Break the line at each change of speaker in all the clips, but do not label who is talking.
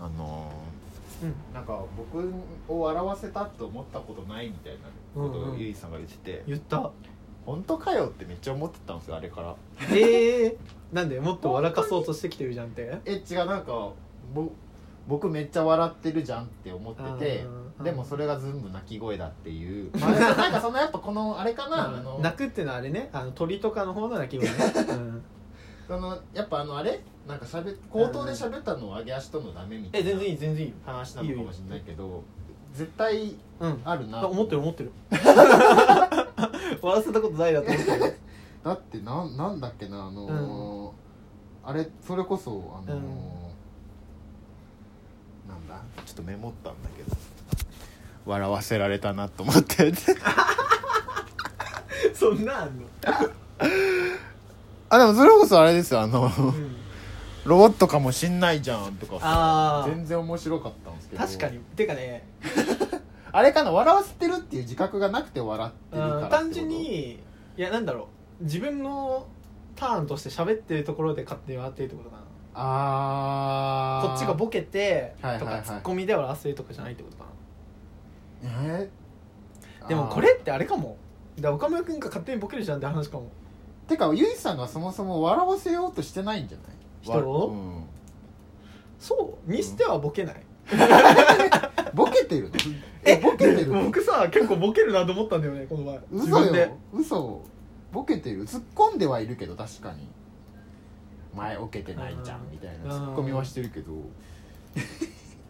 あの
うん
なんか僕を笑わせたと思ったことないみたいなこと
うん
を
うん
ゆいさんが言ってて、
言った
本当かよってめっちゃ思ってたんですよあれから
ええなんでもっと笑かそうとしてきてるじゃんって
え違うなんかぼ僕めっちゃ笑ってるじゃんって思ってて
あー
でもそれが全部泣き声だっていう、まあ、なんかそのやっぱこのあれかなあの
泣くってのはあれねあの鳥とかの方の鳴き 声ね、うん、
そのやっぱあのあれなんかしゃべ口頭で喋ったのを上げ足とのダメみた
え
いな
全然いい全然いいよ
話なのかもしれないけど絶対
うん
あるな
あ思ってる思って る笑わせたことないなと思ってる
だってなんなんだっけなあのーあれそれこそあのー
うん
なんだちょっとメモったんだけど笑わせられたなと思って
そんなあんの、
あでもそれこそあれですよあの
うん、
ロボットかもしんないじゃんとかさ
あ
全然面白かったんですけ
あ
ど
確かにてかね、
あれかな笑わせてるっていう自覚がなくて笑ってるからってこ
うん、
と
単純にいやなんだろう自分のターンとして喋ってるところで勝手に笑ってるってことかな
ああ
こっちがボケてと
はい
か
はいはい
ツッコミで笑わせるとかじゃないってことかな、
え
でもこ
あ
れってあれかもだから岡村君が勝手にボケるじゃんって話かも
ーてかゆいさんがそもそも笑わせようとしてないんじゃない
人
わ
を
うん
そうにしてはボケない、
ボケてるのえボケてるの
僕さ結構ボケるなと思ったんだよねこの前自
嘘
分で
よ嘘ボケてる突っ込んではいるけど確かに前ボケてないじゃ
うんん
みたい
うん
な突っ込みはしてる けど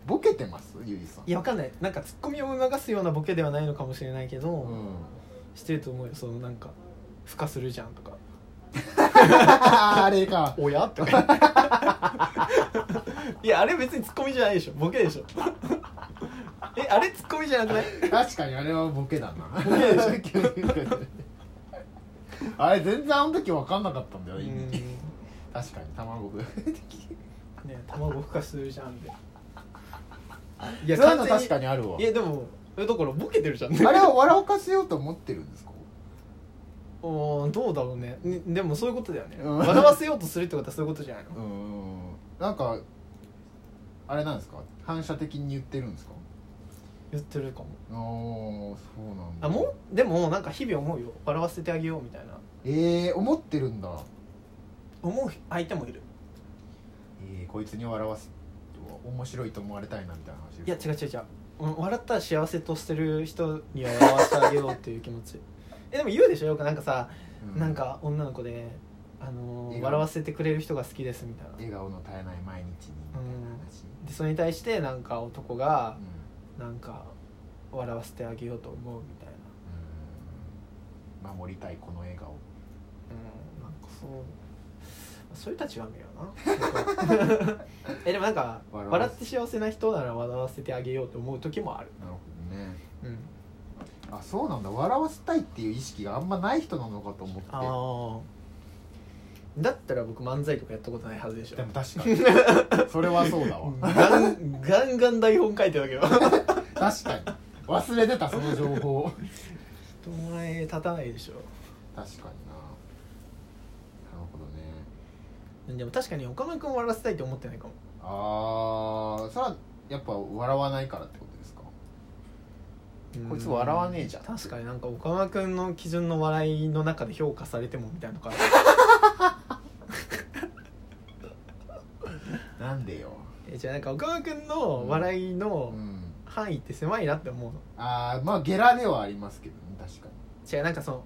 ボケてますゆいさん
いやわかんないなんかツッコミを促すようなボケではないのかもしれないけど、
うん
してると思うよそのなんか「孵化するじゃん」とか
あれか
「おや?」とかいやあれ別にツッコミじゃないでしょボケでしょえあれツッコミじゃなくない
確かにあれはボケだな
ボケでしょ
あれ全然あの時分かんなかったんだよ、
う
意
ん
味確かに卵が
ね卵孵化するじゃんでい
いそういうの確かにあるわ
いやでもえだからボケてるじゃん
あれを笑かせようと思ってるんですか
おーどうだろうねねでもそういうことだよね
うん
笑わせようとするってことはそういうことじゃないの
うんなんかあれなんですか反射的に言ってるんですか
言ってるか
あ
も
あそうなんだ
あもうでもなんか日々思うよ笑わせてあげようみたいな
ええ思ってるんだ
思う相手もいる
ええこいつに笑わせ面白いと思われたいなみたいな話
いや違う違う違ううん笑ったら幸せとしてる人には笑わせてあげようっていう気持ち えでも言うでしょよくなんかさ、
う
なんか女の子で、あのー
笑顔
笑わせてくれる人が好きですみたいな
笑顔の絶えない毎日にみたいな話
でそれに対してなんか男が
うん、
なんか笑わせてあげようと思うみたいな
うん守りたいこの笑顔
うんなんかそうそういう立場見るよな えでもなんか
笑わせ
笑って幸せな人なら笑わせてあげようと思う時もある、
なるほどね
うん、
あそうなんだ笑わせたいっていう意識があんまない人なのかと思って
ああだったら僕漫才とかやったことないはずでしょ
でも確かにそれはそうだわ
ガンガンガン台本書いてたけど
確かに忘れてたその情報
人前立たないでしょ
確かにななるほどね
でも確かに岡村君を笑わせたいと思ってないかも
あーそれはやっぱ笑わないからってことですかこいつ笑わねえじゃん
う確かになんか岡村君の基準の笑いの中で評価されてもみたいなのか
なんでよ、
えじゃあなんか岡村君の笑いうの
ん、
範囲って狭いなって思うの
あーまあゲラではありますけどね確か
違うなんかその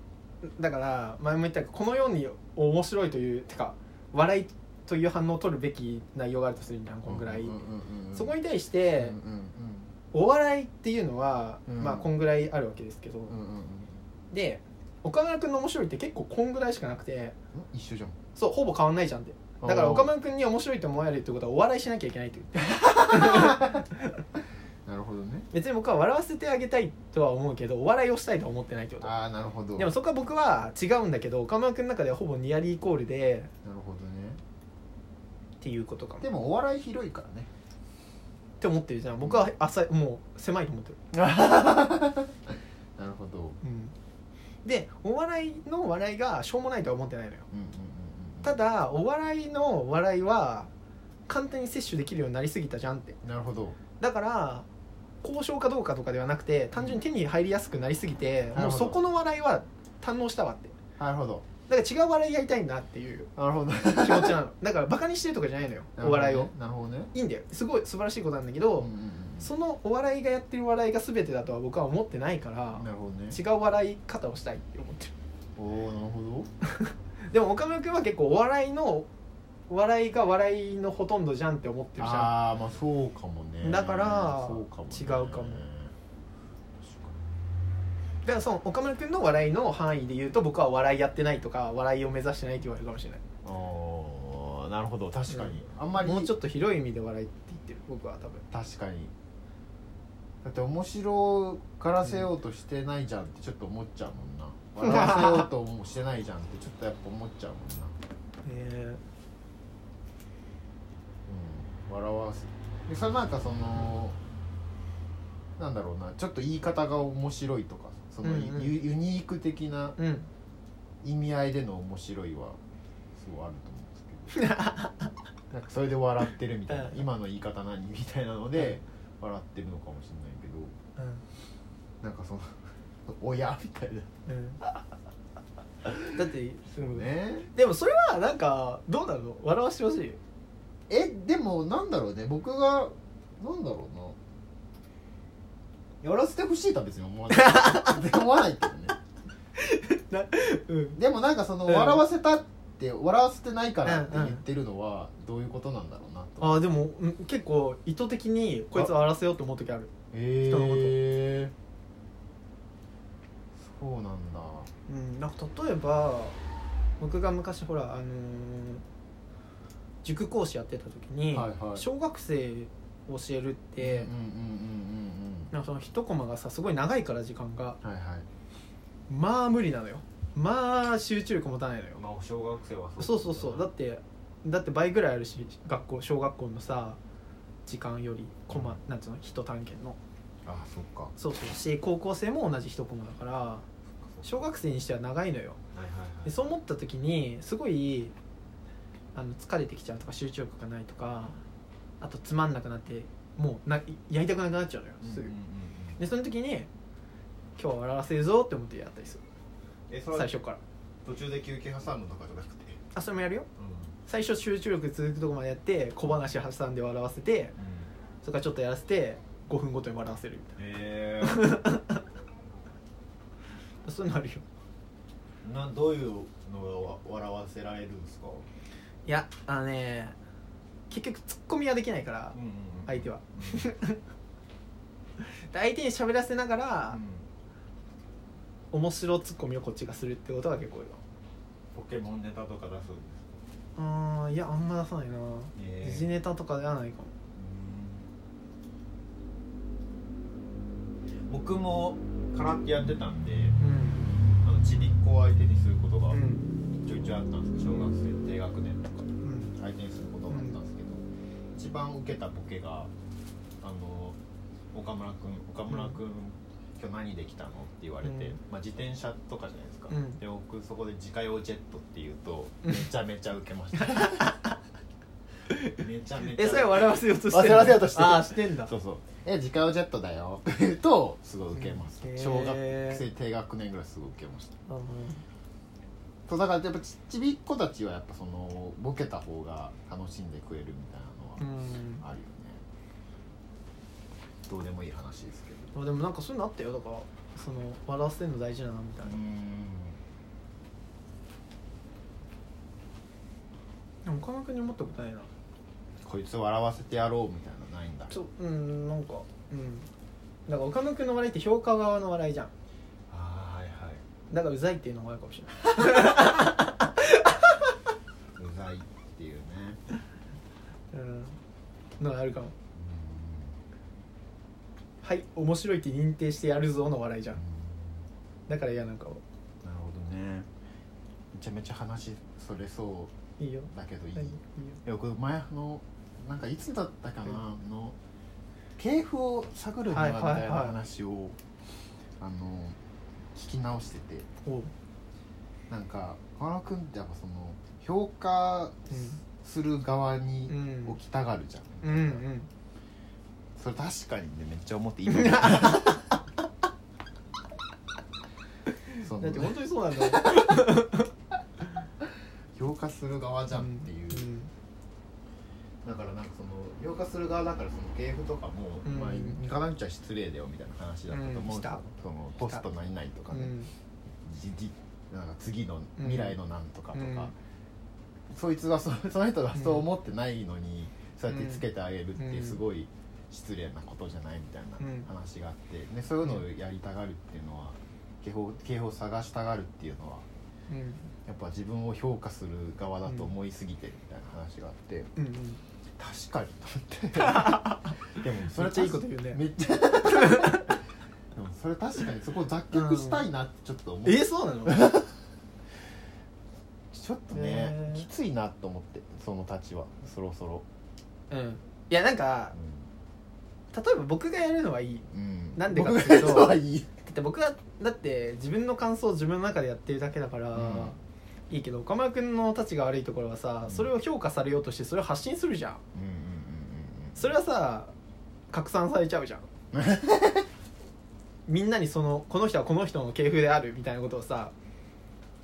だから前も言ったけどこのように面白いというてか笑いという反応を取るべき内容があるとするじゃん
に
こんぐらい、
うんうんうん
そこに対し
うん
て、お笑いっていうのは、
うん
まあこんぐらいあるわけですけど、
うんうんうんうんうん
で岡村君の面白いって結構こんぐらいしかなくて
一緒じゃん
そうほぼ変わんないじゃんってだから岡
あ
村君に面白いと思われるってことはお笑いしなきゃいけないって言って
ーなるほどね
別に僕は笑わせてあげたいとは思うけどお笑いをしたいとは思ってないってこと
ああなるほど
でもそこは僕は違うんだけど岡村君の中ではほぼニアリーイコールで
なるほどね
っていうことかもっ
でもお笑い広いからね
て思ってるじゃん僕は浅いもう狭いと思ってる、
なるほど
うん、でお笑いの笑いがしょうもないとは思ってないのよ
うんうんうんうん
ただお笑いの笑いは簡単に摂取できるようになりすぎたじゃんって
なるほど
だから交渉かどうかとかではなくて単純に手に入りやすくなりすぎて
なる
も
ほど
うそこの笑いは堪能したわって
なるほど
だから違う笑いやりたいんだっていう
なるほど
気持ちな のだからバカにしてるとかじゃないのよ お笑いを
なるほどね
いいんだよすごい素晴らしいことなんだけ
う
ど、
んうん
そのお笑いがやってる笑いが全てだとは僕は思ってないから
うんなるほどね
違う笑い方をしたいって思って
おおなるほど
るでも岡村君は結構お笑いの笑いが笑いのほとんどじゃんって思ってるじゃん
ああまあそうかもね
だから
そうかもね
違うかもだからその岡村君の笑いの範囲で言うと僕は笑いやってないとか笑いを目指してないって言われるかもしれない
ああなるほど確かに、あんまり
もうちょっと広い意味で笑いって言ってる僕は多分
確かにだって面白がらせようとしてないじゃんってちょっと思っちゃうも んな、
うん
笑わせようともしてないじゃんってちょっとやっぱ思っちゃうもんな、
え
うん、笑わせでそれなんかそのなんだろうなちょっと言い方が面白いとかそのユ,、
うんうん
ユニーク的な
ー、うん
意味合いでの面白いはすごいあると思うんですけどなんかそれで笑ってるみたいな
うん
今の言い方何みたいなので笑ってるのかもしれないけどなんかその親みたいな
うんうん だってすごい
ね
でもそれはなんかどうなの笑わしてほしいよ
えでもなんだろうね僕がなんだろうなやらせてほしいとは別に思わ ない全然思わないけどね
うん
でもなんかその
うん
笑わせたって笑わせてないからって
うん
言
うん
ってるのはどういうことなんだろうなと
あーでもうん結構意図的にこいつを荒らせようと思う時ある
へ
人のこと
えそうなんだ
うんなんか例えば僕が昔ほらあのー塾講師やってた時に、
はいはい
小学生を教えるって、
うんうん
なんかその一コマがさすごい長いから時間が
うんうんうんはいはい
まあ無理なのよまあ集中力持たないのよ
まあ小学生は
そうそうそうだってだって倍ぐらいあるし学校小学校のさ時間よりコマなんつうの一単元の
あそっか
そうそうし高校生も同じ一コマだから小学生にしては長いのよ
はいはいは
でそう思った時にすごいあの疲れてきちゃうとか集中力がないとかあとつまんなくなってもうなやりたくなくなっちゃうのよすぐ、でその時に今日は笑わせるぞって思ってやったりする
えそ
最初から
途中で休憩挟むとかじゃなくて
あそれもやるよ最初集中力続くとこまでやって小話挟んで笑わせてそれからちょっとやらせて5分ごとに笑わせるみたい
え
なそういうのあるよ
ー、などういうのが笑わせられるんですか、
いやあのね結局ツッコミはできないから
んうん
相手は で相手に喋らせながら、面白ツッコミをこっちがするってことが結構多いよ
ポケモンネタとか出すんですか
あーいやあんま出さないな
え
時事ネタとかではないかも
うん僕も空手やってたんで
うん
あのちびっ子を相手にすることが
うん
ちょいちょいあったんですけど小学生低学年とか
うん
相手にすることがあったんですけど、一番受けたボケがあの岡村君岡村君、今日何できたのって言われて、
うん
まあ、自転車とかじゃないですか、
うん
で僕そこで自家用ジェットって言うと
うん
めちゃめちゃ受けま しためちゃめちゃ
えそれは笑わせようとしてんの
笑わせようとしてる
ああしてんだ
そうそう
え自家用ジェットだよ って言うとすごい受けます
うん
小学
へ
生
ー
低学年ぐらいすごい受けました
うん
そうだからやっぱちちびっ子たちはやっぱそのボケた方が楽しんでくれるみたいなのはあるよね、どうでもいい話ですけど
うんあでもなんかそういうのあったよだからその笑わせるの大事だなみたいな、でも岡村君に思ったことないな
こいつ笑わせてやろうみたいなのないんだ
ちょうんなんかうんだから岡村君の笑いって評価側の笑いじゃん
あー
だからうざいっていうのがあるかもしれないう
ざいっていうね
うんのがあるかもはい面白いって認定してやるぞの笑いじゃんだから嫌なんか
なるほどねめちゃめちゃ話それそ
いいよ
うだけどいい、
はいいいよ
よく前のなんかいつだったかな、あの系譜を探るにはみ
はい
た
はい
いな
はい
話を、あの聞き直してて
おう
なんか河野君ってやっぱその評価する側に
うん
置きたがるじゃん、
うんうん
それ確かにねめっちゃ思って 今だ
だって本当にそうなんだよ
評価する側じゃんっていう、だからなんかその評価する側だからその系譜とかも、
うん
まあ行かなくちゃ失礼だよみたいな話だったと思う
うん
け
し
ど、
た
そのポスト何々とか
うん
ね、じじなんか次の未来のなんとかとか、
うん
そいつはそその人がそう 思ってないのに、そうやってつけてあげるっ
う
て
ん
すごい失礼なことじゃないみたい
うん
な話があって、ね、そういうのをやりたがるっていうのは警報警報を探したがるっていうのは
うん
やっぱ自分を評価する側だと思いすぎてるみたいな話があって。
うん
確かにと思って でも
それっていいこと言うね
めっちゃでもそれ確かにそこ脱却したいなってちょっと思って、
えそうなの
ちょっとね、
ね
きついなと思ってその立ちはそろそろ
うんいやなんか例えば僕がやるのはいい
うん、うん
なんでか
僕
っていうと
がやるのはいい
だって僕はだって自分の感想を自分の中でやってるだけだから、
うん
いいけど岡村君のたちが悪いところはさそれを評価されようとしてそれを発信するじゃん
うんうんうん
それはさ拡散されちゃうじゃんみんなにそのこの人はこの人の系譜であるみたいなことをさ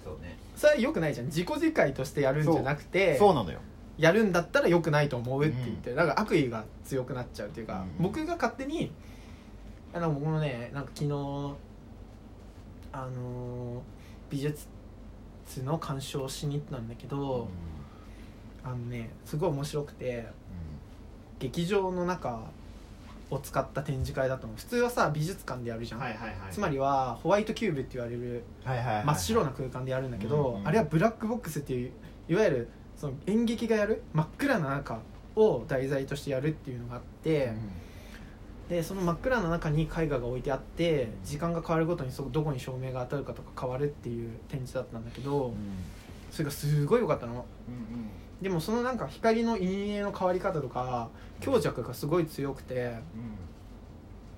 そうね
それは良くないじゃん自己理解としてやるんじゃなく
うん
て
そうなのよ
やるんだったら良くないと思うって言って、だから悪意が強くなっちゃうっていうか、
うん
僕が勝手にあの僕もねなんか昨日あのー美術の鑑賞をしに行ったんだけ
うん
ど、あのねすごい面白くて劇場の中を使った展示会だったの普通はさ美術館でやるじゃん、
はいはいはい
つまりはホワイトキューブって言われる
うんはいはい、はい、
真っ白な空間でやるんだけど、
うんうん
あれはブラックボックスっていういわゆるその演劇がやる真っ暗な中を題材としてやるっていうのがあって、でその真っ暗な中に絵画が置いてあって時間が変わるごとにそこどこに照明が当たるかとか変わるっていう展示だったんだけどそれがすごい良かったの
うんうんうん
でもそのなんか光の陰影の変わり方とか強弱がすごい強くて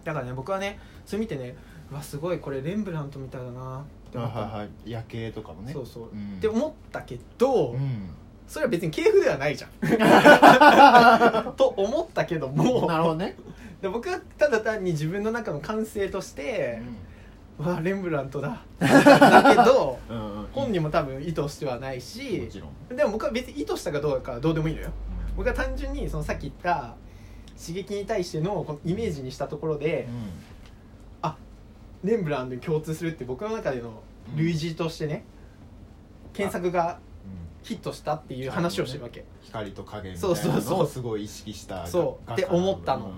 だからね僕はねそれ見てねうわすごいこれレンブラントみたいだなって
うん
思
はい
ったの
はいはい夜景とかもね
そうそう、
うん
って思ったけど、
うん
それは別に系譜ではないじゃ んと思ったけども
なるほどね、
で僕はただ単に自分の中の感性として、 うわレンブラント だだけど
うんうん、
本人も多分意図してはない
も
し
ちろん、
でも僕は別に意図したかどうかはどうでもいいのよ僕は単純にそのさっき言った刺激に対してのこのイメージにしたところで、
う
レンブラントに共通するって僕の中での類似としてね、検索が
んうん、
ヒットしたっていう話をしてるわけ、
光と影みたいな
そうそう
の
そう
をすごい意識した
そう
画
って思ったのだか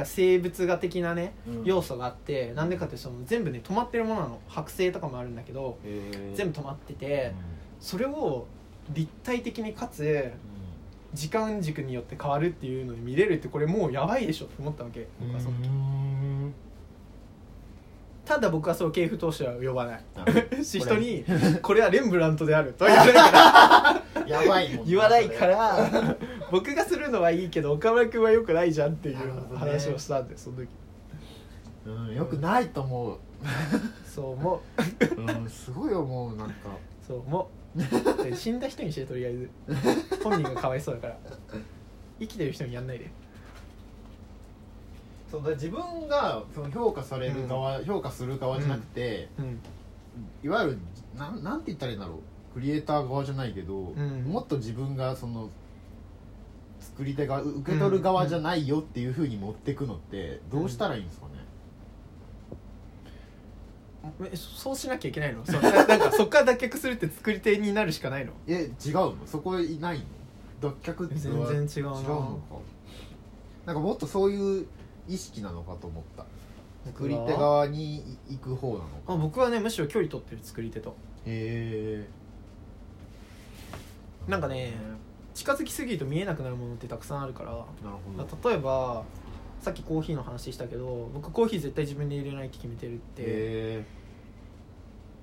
ら生物画的なね
うんうん
要素があってなんでかってその全部ね止まってるものなの剥製とかもあるんだけど
へー
全部止まっててそれを立体的にかつ時間軸によって変わるっていうのに見れるってこれもうやばいでしょって思ったわけ
うん
僕はその
うーん
ただ僕はその系譜投資は呼ばない
なるほ
し人 に「これはレンブラントである」とは言わない から
どやばいもん
言わないから僕がするのはいいけど岡村君はよくないじゃんっていう話をしたんでその時
うんよくないと思う
そう思う
うんすごい思うなんか
そう思うで死んだ人にしてとりあえず 本人がかわいそうだから生きてる人にやんないで
そうだから自分がその評価される側、評価する側じゃなくて、
うん
いわゆるなんなんて言ったらいいんだろうクリエイター側じゃないけど、
ん
もっと自分がその作り手が受け取る側じゃないよっていうふうに持ってくのってどうしたらいいんですかね、
えそそうしなきゃいけないのそうななんかそっから脱却するって作り手になるし かないの
え違うのそこいないの脱却ってのは
全然違うな
違うのかなんかもっとそういう意識なのかと思った作り手側に行く方なのか
あ僕はねむしろ距離取ってる作り手と
へえ
なんかね近づきすぎると見えなくなるものってたくさんあるから
なるほ
だ
ど
例えばさっきコーヒーの話したけど僕コーヒー絶対自分で入れないって決めてるって、
へ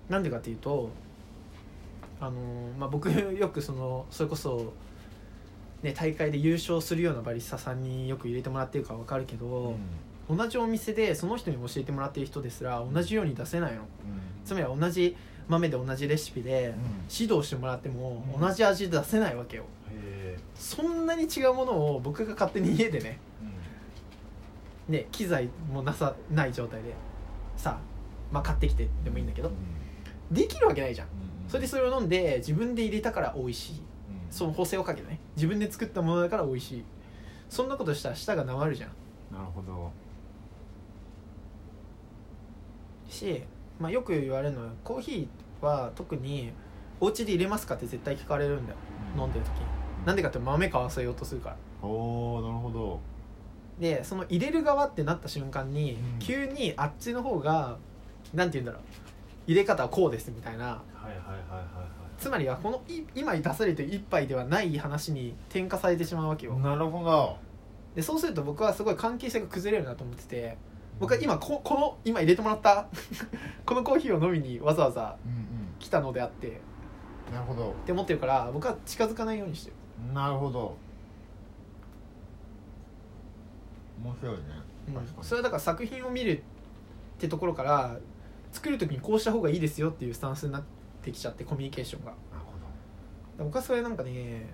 なんでかっていうとあのーまあ、僕よくそのそれこそ、ね、大会で優勝するようなバリスタさんによく入れてもらってるから分かるけ
え
ど、同じお店でその人に教えてもらってる人ですら同じように出せないのつまりは同じ豆で同じレシピで指導してもらっても
うん
同じ味出せないわけよ、
へえ
そんなに違うものを僕が勝手に家でね
うん
ね機材もなさない状態でさまあ買ってきてでもいいんだけど
うん
できるわけないじゃん
うん
それでそれを飲んで自分で入れたから美味しい
うん
その補正をかけてね自分で作ったものだから美味しいそんなことしたら舌がなまるじゃん
なるほど
し、まあ、よく言われるのはコーヒーは特にお家で入れますかって絶対聞かれるんだよ飲んでる時なんでかって豆買わせようとするから
おおなるほど
でその入れる側ってなった瞬間に、
うん
急にあっちの方がなんて言うんだろう入れ方はこうですみたいな
はいはいはいはいはい
つまりはこのい今出されてる一杯ではない話に転化されてしまうわけよ
なるほど
でそうすると僕はすごい関係性が崩れるなと思ってて僕は今ここの今入れてもらった このコーヒーを飲みにわざわざ
うん
来たのであってっ
うんなるほど
て思ってるから僕は近づかないようにしてる
なるほど面白いね
うん
確かに
それはだから作品を見るってところから作る時にこうした方がいいですよっていうスタンスになってきちゃってコミュニケーションが
なるほ
僕はそれなんかね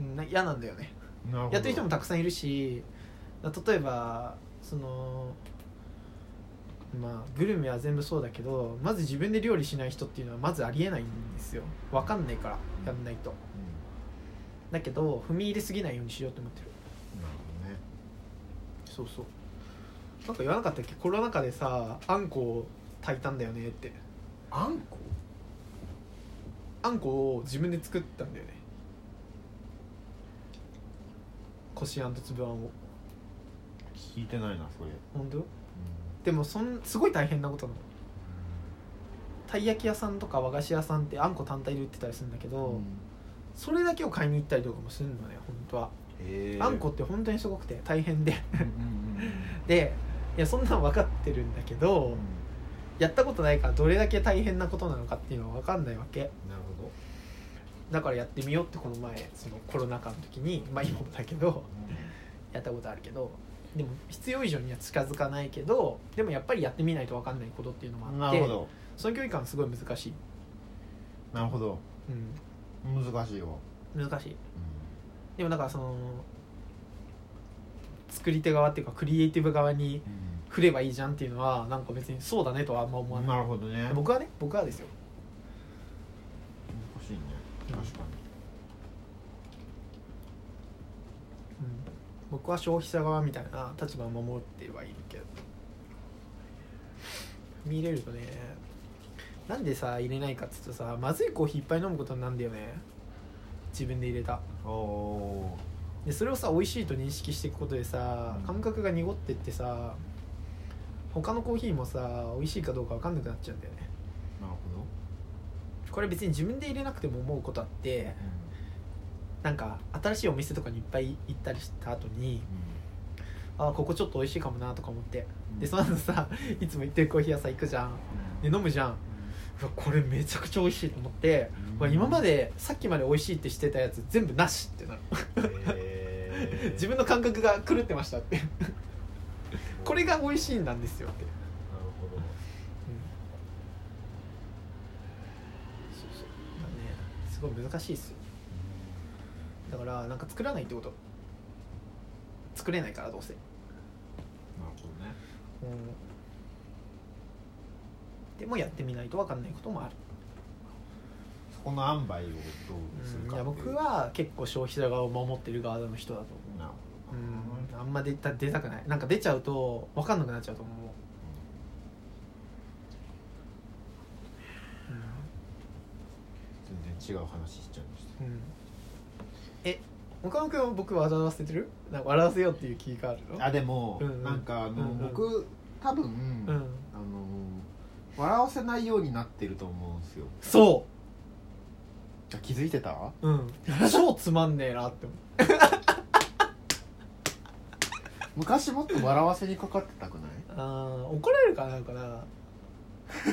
うんな嫌なんだよね
どなるほど
やってる人もたくさんいるしだ例えばそのまあグルメは全部そうだけどまず自分で料理しない人っていうのはまずありえないんですよ分かんないからやんないと
うん
だけど踏み入れすぎないようにしようと思ってる
なるほどね
そうそうなんか言わなかったっけコロナ禍でさあんこを炊いたんだよねって
あんこ
あんこを自分で作ったんだよねこしあんと粒あんを
聞いてないなそれ
本当
う
でもそんすごい大変なことなのたい焼き屋さんとか和菓子屋さんってあんこ単体で売ってたりするんだけど、
ん
それだけを買いに行ったりとかもするのね本当は、
へえ
あんこって本当にすごくて大 変で
うんうん
でいやそんなん分かってるんだけど、
うんうん
やったことないからどれだけ大変なことなのかっていうのは分かんないわけ
なるほど
だからやってみようってこの前そのコロナ禍の時にまあ今もだけどやったことあるけどでも必要以上には近づかないけどでもやっぱりやってみないと分かんないことっていうの
うん
もあっ
な
て
るほど
その距離感すごい難しい、
なるほど
う
難しいわ
ん、難しいでもだからその作り手側っていうかクリエイティブ側に
うん
振ればいいじゃんっていうのはなんか別にそうだねとはあんま思わない
なるほどね
僕はね僕はですよ
難しいね
うん
確かに
うん僕は消費者側みたいな立場を守ってはいるけど見れるとねなんでさ入れないかっつうとさまずいコーヒーいっぱい飲むことになんだよね自分で入れた
おお
でそれをさ美味しいと認識していくことでさ感覚が濁ってってさ他のコーヒーもさ美味しいかどうか分かんなくなっちゃうんだよね
ーなるほど
これ別に自分で入れなくても思うことあって
う
なんか新しいお店とかにいっぱい行ったりした後に
ん
あここちょっと美味しいかもなとか思って
うん
でその後さいつも行ってるコーヒー屋さん行くじゃんで飲むじゃんうわこれめちゃくちゃ美味しいと思ってうわ今までさっきまで美味しいってしてたやつ全部なしってなる
へー
自分の感覚が狂ってましたってこれが美味しいんなんですよって、
なるほど
そうそうだからねすごい難しいっすよだからなんか作らないってこと作れないからどうせ
なるほどね
うんでもやってみないと分かんないこともある
そこの塩梅をどうする
うんい
か
や
っていう
僕は結構消費者側を守ってる側の人だと
なるほ
思
ど
う、うん、あんま出た出たくないなんか出ちゃうと分かんなくなっちゃうと思う、
全然違う話しちゃいまし
うんうん、え岡野君は僕笑わせてるなんか笑わせようっていう気があるの
たあでも、
うんうん
なんかあの、
うんうん
僕多分、
うん、
あの笑わせないようになってると思うんですよ
そ
あ気づいてた
う、うん、超つまんねえなって思う
昔もっと笑わせにかかってたくない
あー怒られるかなのかな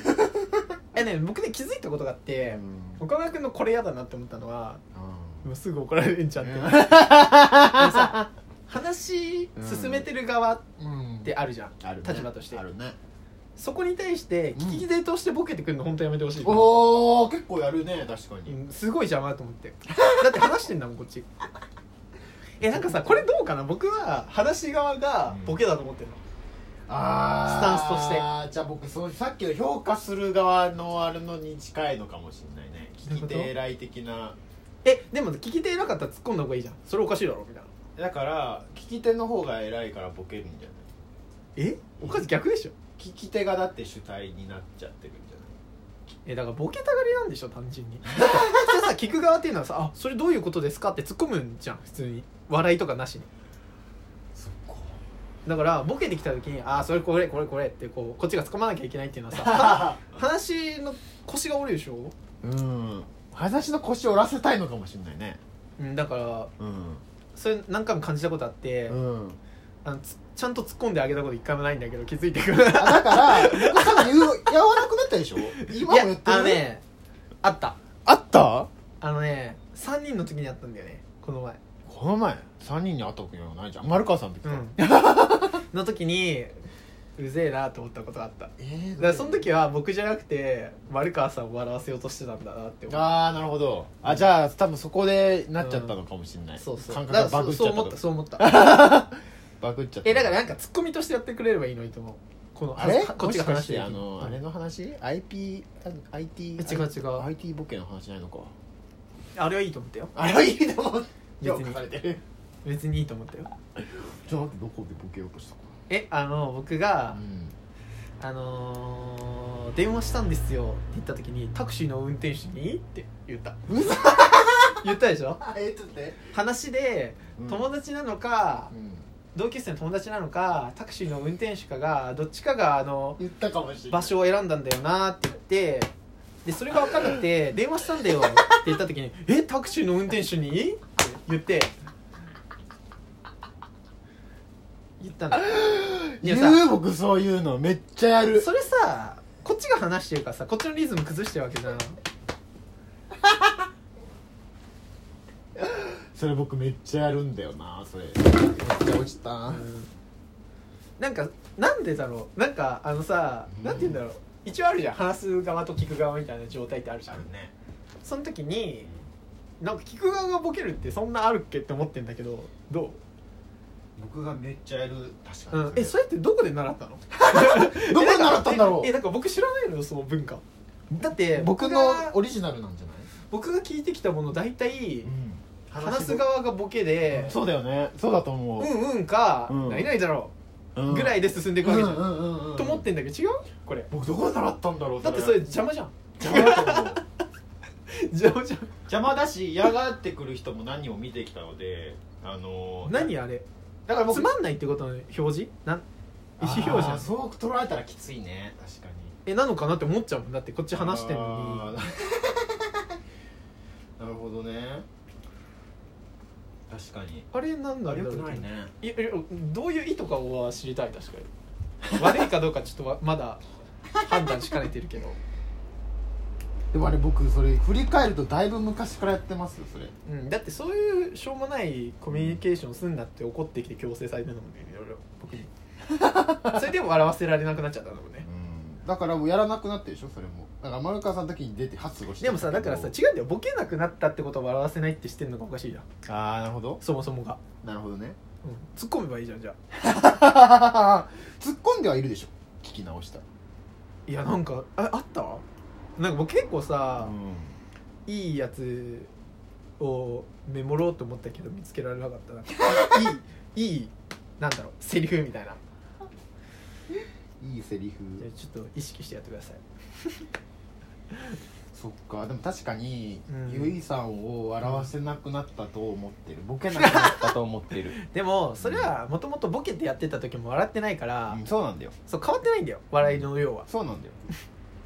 えね僕ね気づいたことがあっ
う
て、
ん
岡村君のこれ嫌だなって思ったのはもうすぐ怒られるんちゃって、
うん
あのさ話進めてる側っ
うん
てあるじゃん、
あるね
立場として
あるね
そこに対して聞き手としてボケてくるの本当やめてほしい、
おお結構やるね確かに、
うんすごい邪魔だと思ってだって話してんだもんこっちえなんかさこれどうかな僕は話し側がボケだと思ってるの、
あ
スタンスとして
あじゃあ僕そのさっきの評価する側のあれのに近いのかもしれないね
ど
聞
ういう
き
こと
手偉い的な
えでも聞き手いなかったら突っ込んだ方がいいじゃんそれおかしいだろみたいな
だから聞き手の方が偉いからボケるんじゃない
えおかず逆でしょ
聞き手がだって主体になっちゃってるんじゃない
えだからボケたがりなんでしょ単純にだって普通さ 聞く側っていうのはさ「あそれどういうことですか?」って突っ込むんじゃん普通に笑いとかなしに
そっか
だからボケてきた時に「あそれこれこれこれ」ってこうこっちが突っ込まなきゃいけないっていうの はさ話の腰が折るでしょ、
うん話の腰折らせたいのかもしれないね
うん、だから
うん
それ何回も感じたことあって、
うん
あのつちゃんと突っ込んであげたこと一回もないんだけど気づいてくるい
だから僕多分言うやわなくなったでしょ 今も言
や
って
あ
る
のねあった
あった
あのね3人の時にあったんだよねこの前
この前3人に会った時はないじゃん丸川さんの時
う
か、
ん の時にうぜえなと思ったことがあっただか
えー
らその時は僕じゃなくて丸川さんを笑わせようとしてたんだなって思う
ああなるほどあじゃあ多分そこでなっちゃったのかもしれない、
そうそう
感
だ
覚
か
が
らそ
バ
う
グっちゃ
そう
った
思
と
ったそう思った
バグっちゃった
えだからなんかツッコミとしてやってくれればいいのにと思うこの
あれ
はこっち
もし
が
か
話
し
して
て
る
あの、あれの話 IP あの IT
違う違う
IT ボケの話ないのか
あれはいいと思ったよ
あれはいいと思う
別
評
に
価されて る
別にいいと思ったよ
じゃあどこでボケようとしたか
えあの僕が
う、ん
あのー電話したんですよ」って言った時にタクシーの運転手にって言った 言ったでしょ
あえちょっとね
話で友達なのか、
うん
同級生の友達なのかタクシーの運転手かがどっちかがあの
言ったかもしれない
場所を選んだんだよなって言ってでそれが分かんなくて電話したんだよって言った時に 「えタクシーの運転手に?」って言って言ったんだいやさ
言う僕そういうのめっちゃやる
それさこっちが話してるからさこっちのリズム崩してるわけじゃん
それ僕めっちゃやるんだよなそれめっちゃ落ちたな
なんかなんでだろうなんかあのさなんて言うんだろう一応あるじゃん話す側と聞く側みたいな状態ってあるじゃん
ね
その時になんか聞く側がボケるってそんなあるっけって思ってんだけどど
僕がめっちゃやる確
う、
か
う
に、
ん、えそれってどこで習ったの
どこで習ったんだろ
ええなんか僕知らないのよその文化だって
う僕の
が
オリジナルなんじゃない、
僕が聞いてきたもの大体話す側がボケで
そうだよねそうだと思
う
う、
んうんか
うん
何々だろ
う
うぐら
い
いで進んでいくわけじゃん
うんうんうんうん、
と思ってんだけど違うこれ
僕どこで習ったんだろう
だってそれ
れ
邪魔じゃん
邪魔だと思う
邪魔じゃん
邪魔だし嫌がってくる人も何人も見てきたのであのー
何あれ
だから僕
つまんないってことの表示なん意思表
あ
示な
ー
の
そう捉えたらきついね確かに
えなのかなって思っちゃうもんだってこっち話してんのに
あ ーなるほどね確かに
あれなんだろう
良くないね
いやいやどういう意図かは知りたい確かに悪いかどうかちょっとわまだ判断しかねてるけど
でもあれ僕それ振り返るとだいぶ昔からやってますよそれ
うん、だってそういうしょうもないコミュニケーションすんなって怒ってきて強制されてるのもんねいろいろ僕に それでも笑わせられなくなっちゃったんだもんね
うんだからもうやらなくなってるでしょそれもだから丸川さんの時に出て発語して
でもさだからさ違うんだよボケなくなったってことを笑わせないってしてんのがおかしいじゃん
ああなるほど
そもそもが、
なるほど ね
うん、突っ込めばいいじゃんじゃあ
突っ込んではいるでしょ聞き直した
いやなんかああったなんか僕結構さ、
ん
いいやつをメモろうと思ったけど見つけられな かったないいいいなんだろうセリフみたいない
いセリ
じゃ
フ
あちょっと意識してやってください
そっかでも確かに、
うん
ゆいさんを笑わせなくなったと思ってるボケなくなったと思ってる、
でもそれはもともとボケてやってた時も笑ってないか ら、
うんそうなんだよ
そう変わってないんだよ笑いの量は
そうなんだよ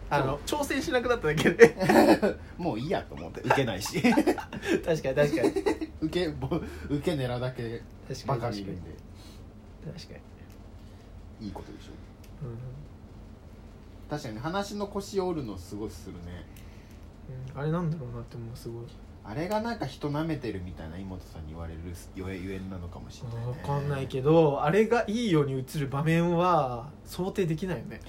あの挑戦しなくなっただけで
もういいやと思って受けない し
確かに確かに確かに
受けぼ受け狙うだけば
確
か
か
り
に
いるんで
確かに、
いいことでしょ
うんうん
確かに話の腰を折るのすごいするね
あれなんだろうなって思うすごい
あれがなんか人舐めてるみたいな妹さんに言われるゆえゆえんなのかもしれない、ね、
分かんないけどあれがいいように映る場面は想定できないよね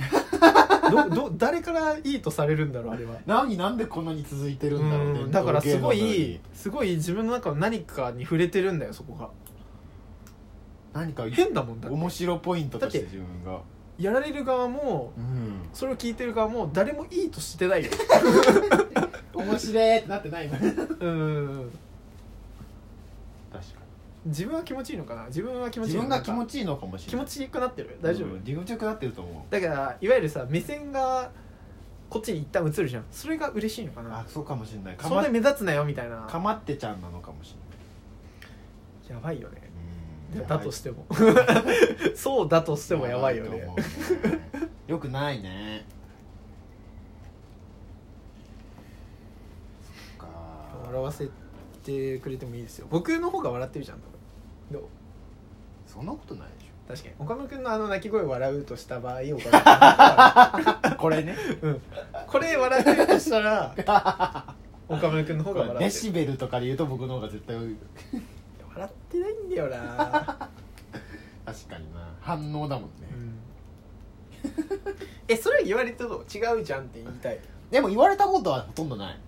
どど誰からいいとされるんだろうあれは
なのになんでこんなに続いてるんだろうね
うんだからすご
余計なの
い
に
すごい自分の中の何かに触れてるんだよそこが
何か
変だもんだって
面白ポイントとして
だっ
自分が
やられる側も
うん
それを聞いてる側も誰もいいとし てないよ
面白いってなってない今 確か
うん
に
自分は気持ちいいのかな自分は気持ち
自
いいの
分
かな
が気持ちいいのかもし
気
れな
持
い
ちよくなってる大丈夫、
うん気持ちよくなってると思う
だからいわゆるさ目線がこっちに一旦移るじゃんそれが嬉しいのか
あ
な
そうかもしれないか
そん
ま
な目立つなよみたいな
かまってちゃんなのかもし
やばいよね
れないうん
だとして もそうだとしてもやばいよね
よくないねそっか
笑わせてくれてもいいですよ僕の方が笑ってるじゃん多分どう
そんなことないでし
確かに岡野君のあの泣き声を笑うとした場合岡
ょこれね
野君、うん、これ笑ってるとしたら 岡野君の方が笑って
デ
る
シベルとかで言うと僕の方が絶対多い
笑ってないんだよ な、
確かにな反応だもんね、
うん、えそれ言われてどう違うじゃんって言いたい
でも言われたことはほとんどない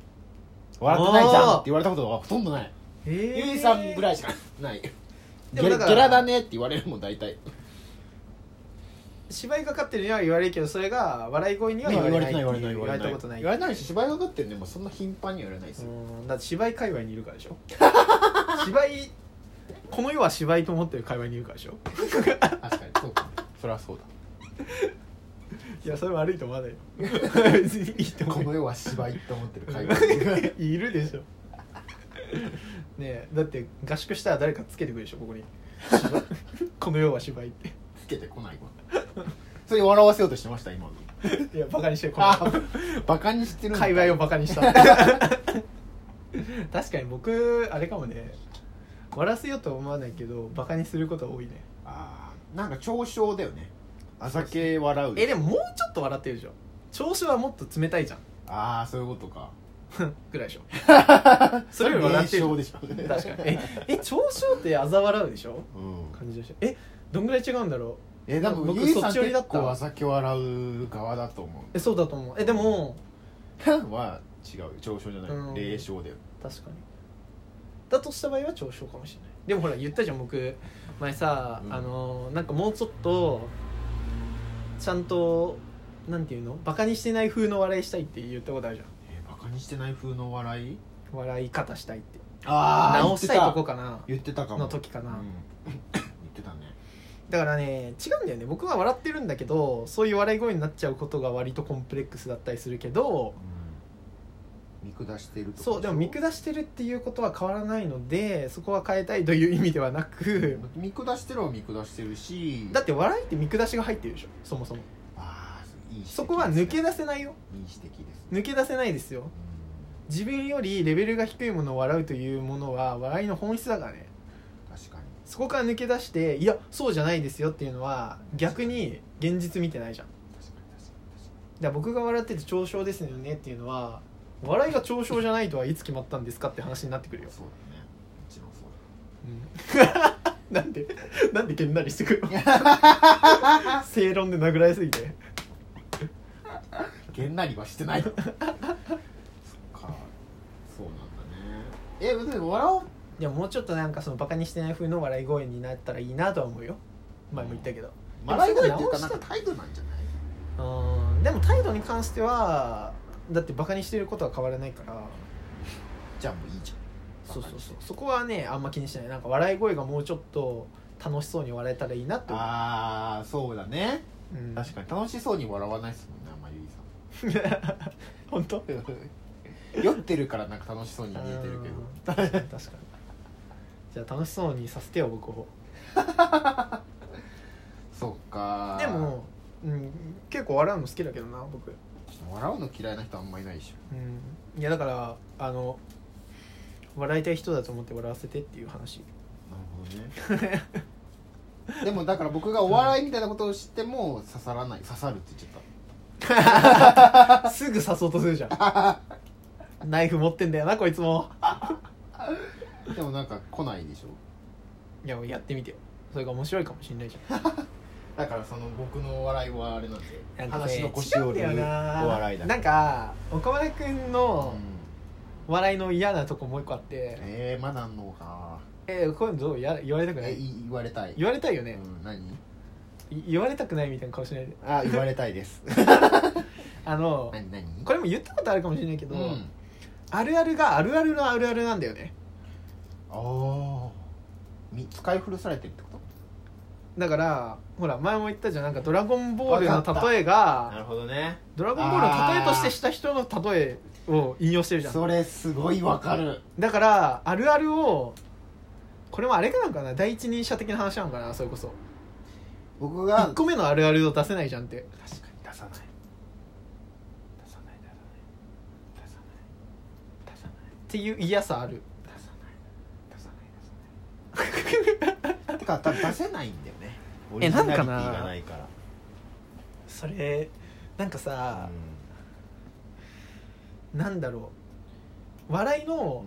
笑ってないじゃんって言われたことはほとんどない
えー
ゆいさんぐらいしかないゲ
でも
ラ
だ
ゲ
から
ラだねって言われるもん大体
芝居がかってるには言われるけどそれが笑い声には言われないっていう言われたことない
言われないし芝居がかってんでもそんな頻繁には言われないです
う
よ、
んだって芝居界隈にいるから でしょ芝居この世は芝居と思ってる界隈にいるからでしょ
確かにそうかもそれはそうだ
いやそれ悪いと 思わないよ別にいいと
こ
思う
の世は芝居って思ってる 会話
いるでしょねえだって合宿したら誰かつけてくるでしょここ にこの世は芝居って
つけてこないわそれ笑わせようとしてました今の
いやバカにしてるこの
あバカにしてるんだ
界隈をバカにした 確かに僕あれかもね笑わせようとは思わないけどバカにすることは多いね
あーなんか嘲笑だよねあざけ笑う
えでももうちょっと笑ってるでしょ調子はもっと冷たいじゃん
ああそういうことか
ぐ らいでしょそれより笑ってる
名称でしょ
確かにええ調子って嘲笑うでしょ
うん
感じでしょえどんぐらい違うんだろう
えでも
僕
僕ゆいさ
そっ
ん
ち寄りだ
結
った
構あざけ笑う側だと思う
えそうだと思うえでも
は違うよ上昇じゃない、
うん
霊障だよ
確かにだとした場合は調子かもしれないでもほら言ったじゃん僕前さ、
うん
あのーなんかもうちょっとちゃんとなんていうのバカにしてない風の笑いしたいって言ったことあるじゃ
えー、バカにしてない風の笑い
ん笑い方したいって
あ
直したいとこ
か
かな
言ってたかも
の時か
う
な、
ん言ってたね
だからね違うんだよね僕は笑ってるんだけどそういう笑い声になっちゃうことが割とコンプレックスだったりするけど
見下してると
そうでも見下してるっていうことは変わらないのでそこは変えたいという意味ではなく
見下してるは見下してるし
だって笑いって見下しが入ってるでしょそもそも
あーいい指摘ですね
そこは抜け出せないよ
いい指摘です
抜け出せないですよ
うん
自分よりレベルが低いものを笑うというものは笑いの本質だからね
確かに
そこから抜け出していやそうじゃないですよっていうのは逆に現実見てないじゃんだか
確かに確かに確から
僕が笑ってて嘲笑ですよねっていうのは笑いが嘲笑じゃないとはいつ決まったんですかって話になってくるよ
に、そうだねもちろんそうだ
うん なんでなんでげんなりしてくるの 正論で殴られすぎて
げんなりはして ないそっかそうなんだねえでも笑おう
でももうちょっとなんかそのバカにしてない風の笑い声になったらいいなとは思うよ前も言ったけど
笑い声っていうか
直
な
し
ん
た
か態度なんじゃない
うんでも態度に関してはだってバカにしてることは変わらないから
じゃあもういいじゃん
そうそうそうそこはねあんま気にしないなんか笑い声がもうちょっと楽しそうに笑えたらいいなって思う
ああそうだね
うん、
確かに楽しそうに笑わないですもんねあんまゆいさん
本当
酔ってるからなんか楽しそうに見えてるけど
ど確かにじゃあ楽しそうにさせてよ僕を
そっか
でも、うん、結構笑うの好きだけどな僕
笑うの嫌いな人あんまいないでし
うんいやだからあの笑いたい人だと思って笑わせてっていう 話
ょなるほどねでもだから僕がお笑いみたいなことをしても刺さらない刺さるって言っちゃっ
すぐ刺そうとするじゃんナイフ持ってんだよなこいつも
たでもなんか来ないでしょ
いややってみてよそれが面白いかもしんないじゃん
だからその僕のお笑いはあれなんで
なんかね
話の腰折る
違うん
お
だよな
笑いだ
なんか岡村君
う
の
ん
笑いの嫌なとこもう一個あって、
えー、まだあんのか
えーこういうのどうや言われたくな
え
い
い言われたい
言われたいよね、
うん、何
い言われたくないみたいな顔しないで
あ言われたいです
あの
何何
これも言ったことあるかもしれないけど、
うん
あるあるがあるあるのあるあるなんだよね
ああみ使い古されてるってこ
だからほら前も言ったじゃんなんか「ドラゴンボール」
わかった
の例え
とな
が
るほどね
「ドラゴンボール」の例えとしてした人の例えを引用してるじゃん
それすごいわかる
だからあるあるをこれもあれかなんかな第一人者的な話なのかなそれこそ
僕
1
が
個目のあるあるを出せないじゃんって
確かに出さない出さない出さない出さない出さない
っていう嫌さある
出さない出さない出さないてか多分出せないんだよねオ
え
リジナ
なん
リテ
かな
ィがないから
それなんかさ、なんだろう笑い
うん
の
うん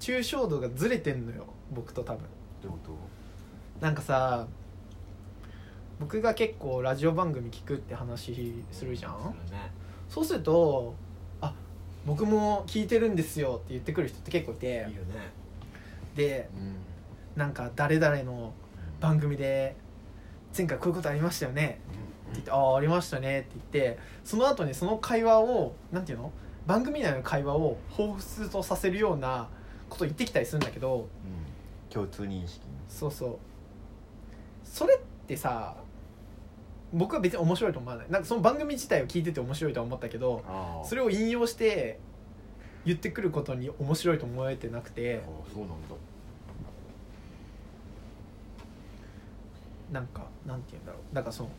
抽象度がずれてんのよ僕と多分
どういうこ
なんかさ僕が結構ラジオ番組聞くって話するじゃ
と
ん
するね
そうすると「あ僕も聞いてるんですよ」って言ってくる人って結構い
いい
て
よね
で
うん
なんか誰々の番組で「前回こういうことありましたよね」って言って「ああありましたね」って言ってその後にその会話をなんていうの番組内の会話を彷彿とさせるようなこと言ってきたりするんだけ
う
ど
ん共通認識
そうそうそれってさ僕は別に面白いと思わないなんかその番組自体を聞いてて面白いとは思ったけど
あ
それを引用して言ってくることに面白いと思えてなくて
そうなんだ
なんかなんて言うんだろうなんかその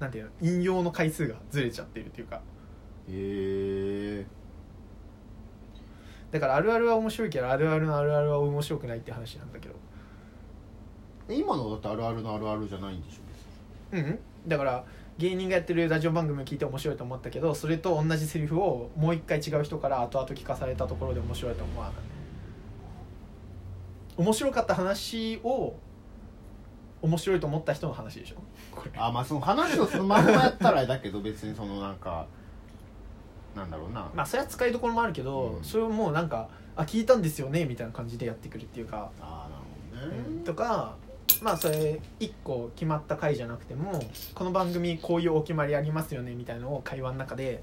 なんていうの引用の回数がずれちゃってるというか
へえ
だからあるあるは面白いけどあるあるのあるあるは面白くないって話なんだけど
今のだってあるあるのあるあるじゃないんでしょ別に
うんだから芸人がやってるラジオ番組を聞いて面白いと思ったけどそれと同じセリフをもう一回違う人から後々聞かされたところで面白いと思わない面白かった話を面白いと思った人の話でしょこれ
あまあその話をそのまんまやったらだけど別にそのなんかなんだろうな、
まあそれは使いどころもあるけど、
うん
それをもうなんか「あ聞いたんですよね」みたいな感じでやってくるっていうか、
ああなるほどね、
とかまあそれ一個決まった回じゃなくてもこの番組こういうお決まりありますよねみたいのを会話の中で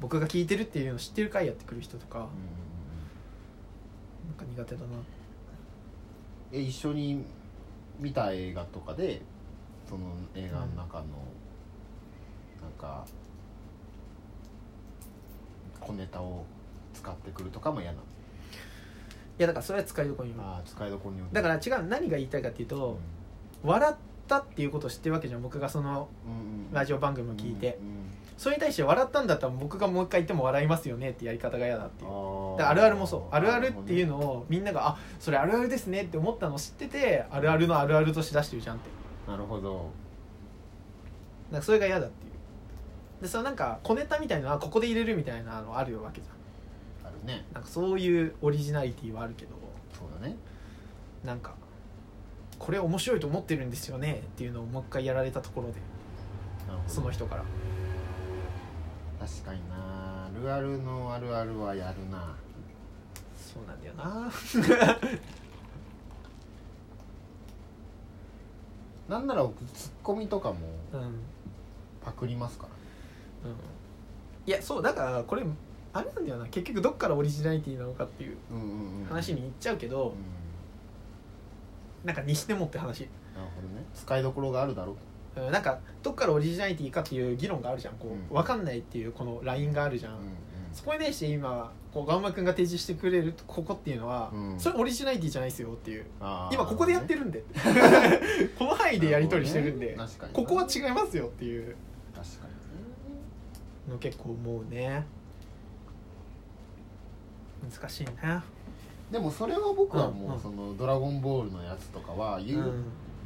僕が聞いてるっていうのを知ってる回やってくる人とかなんか苦手だな
え一緒に見た映画とかでその映画の中の、なんか小ネタを使ってくるとかも嫌ない
やだからそれは使いどころに
あー使いどころによって
だから違う何が言いたいかっていうと、笑ったっていうことを知ってるわけじゃん僕がそのラジ
オ
オ番組を聞いて、
うんうん
それに対して笑ったんだったら僕がもう一回言っても笑いますよねってやり方が嫌だっていう
あ
だからあるあるもそうあるあるっていうのをみんながあそれあるあるですねって思ったのを知っててあるあるのあるあるとして出してるじゃんって
のなるほど
なんかそれが嫌だっていうでそのなんか小ネタみたいなのはここで入れるみたいなのあるわけじ
あ
ゃ
るね
んなんかそういうオリジナリティはあるけど
そうだね
なんかこれ面白いと思ってるんですよねっていうのをもう一回やられたところで
なるほど
その人から
確かになあるあるのあるあるはやるな
そうなんだよな
なんなら僕ツッコミとかも
うんうん
パクりますから
いやそうだからこれあれなんだよな結局どっからオリジナリティなのかっていう
うんうんうん
話にいっちゃうけ
う
ど
ん、
なんかにしてもって話、
なるほどね使いどころがあるだろう
うん、なんかどっからオリジナリティかっていう議論があるじゃんこう、
うん
わかんないっていうこのラインがあるじゃん、
う
そこに対して今こうガンマくんが提示してくれるここっていうのは、
うん
それオリジナリティじゃないですよっていうん今ここでやって
る
るんでこの範囲でやり取りしてるんで、
確かに
ここは
確
違いますよっていう
かに
の結構思うね難しいな
でもそれは僕は
うん
も
うん
うその「ドラゴンボール」のやつとかは
う
言うん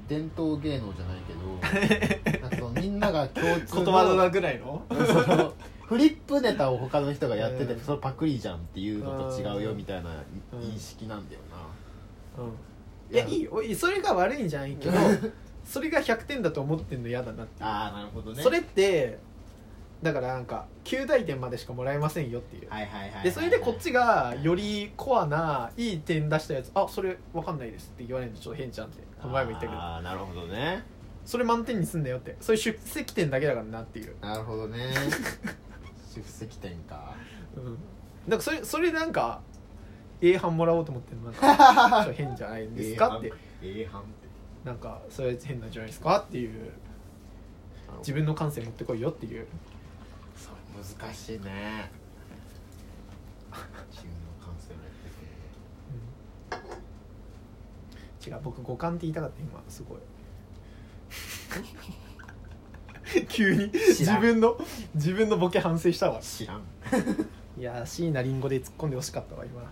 伝統芸能じゃないけ どなんかそのみんなが共通
言
の
葉だぐらいの
その フリップネタを他の人がやってて、
うん
それパクリじゃんっていうのと違うよみたいな
うん
認識なんだよな、
うんいやいいよおいそれが悪いんじゃないけどそれが100点だと思ってんの嫌だなっていう
ああなるほどね
それってだからなんか9大点までしかもらえませんよっていう
はいはいはいはい
でそれでこっちがよりコアないい点出したやつ「あそれ分かんないです」って言われるのちょっと変じゃんってこの前も言ったけど
ああなるほどね
それ満点にすんだよってそういう出席点だけだからなっていう、
なるほどね 出席点か
うん、なんかそれそれなんか A 班もらおうと思ってるのなん かちょっと変じゃないんですかって
A 班って
なんかそういうやつ変なんじゃないですかっていう自分の感性持ってこいよっていう
そう難しいね自分の感性をやってくれる
違う僕五感って言いたかった今すごい 急に
知ら
自
ん
分の自分のボケ反省したわ
知らん
いやー椎名林檎で突っ込んでほしかったわ今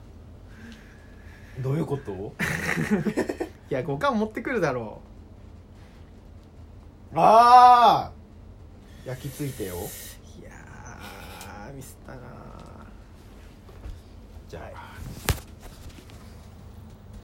どういうこと
いや五感持ってくるだろ
ああ焼き付いてよ
ういやーミスったなー
じゃあ、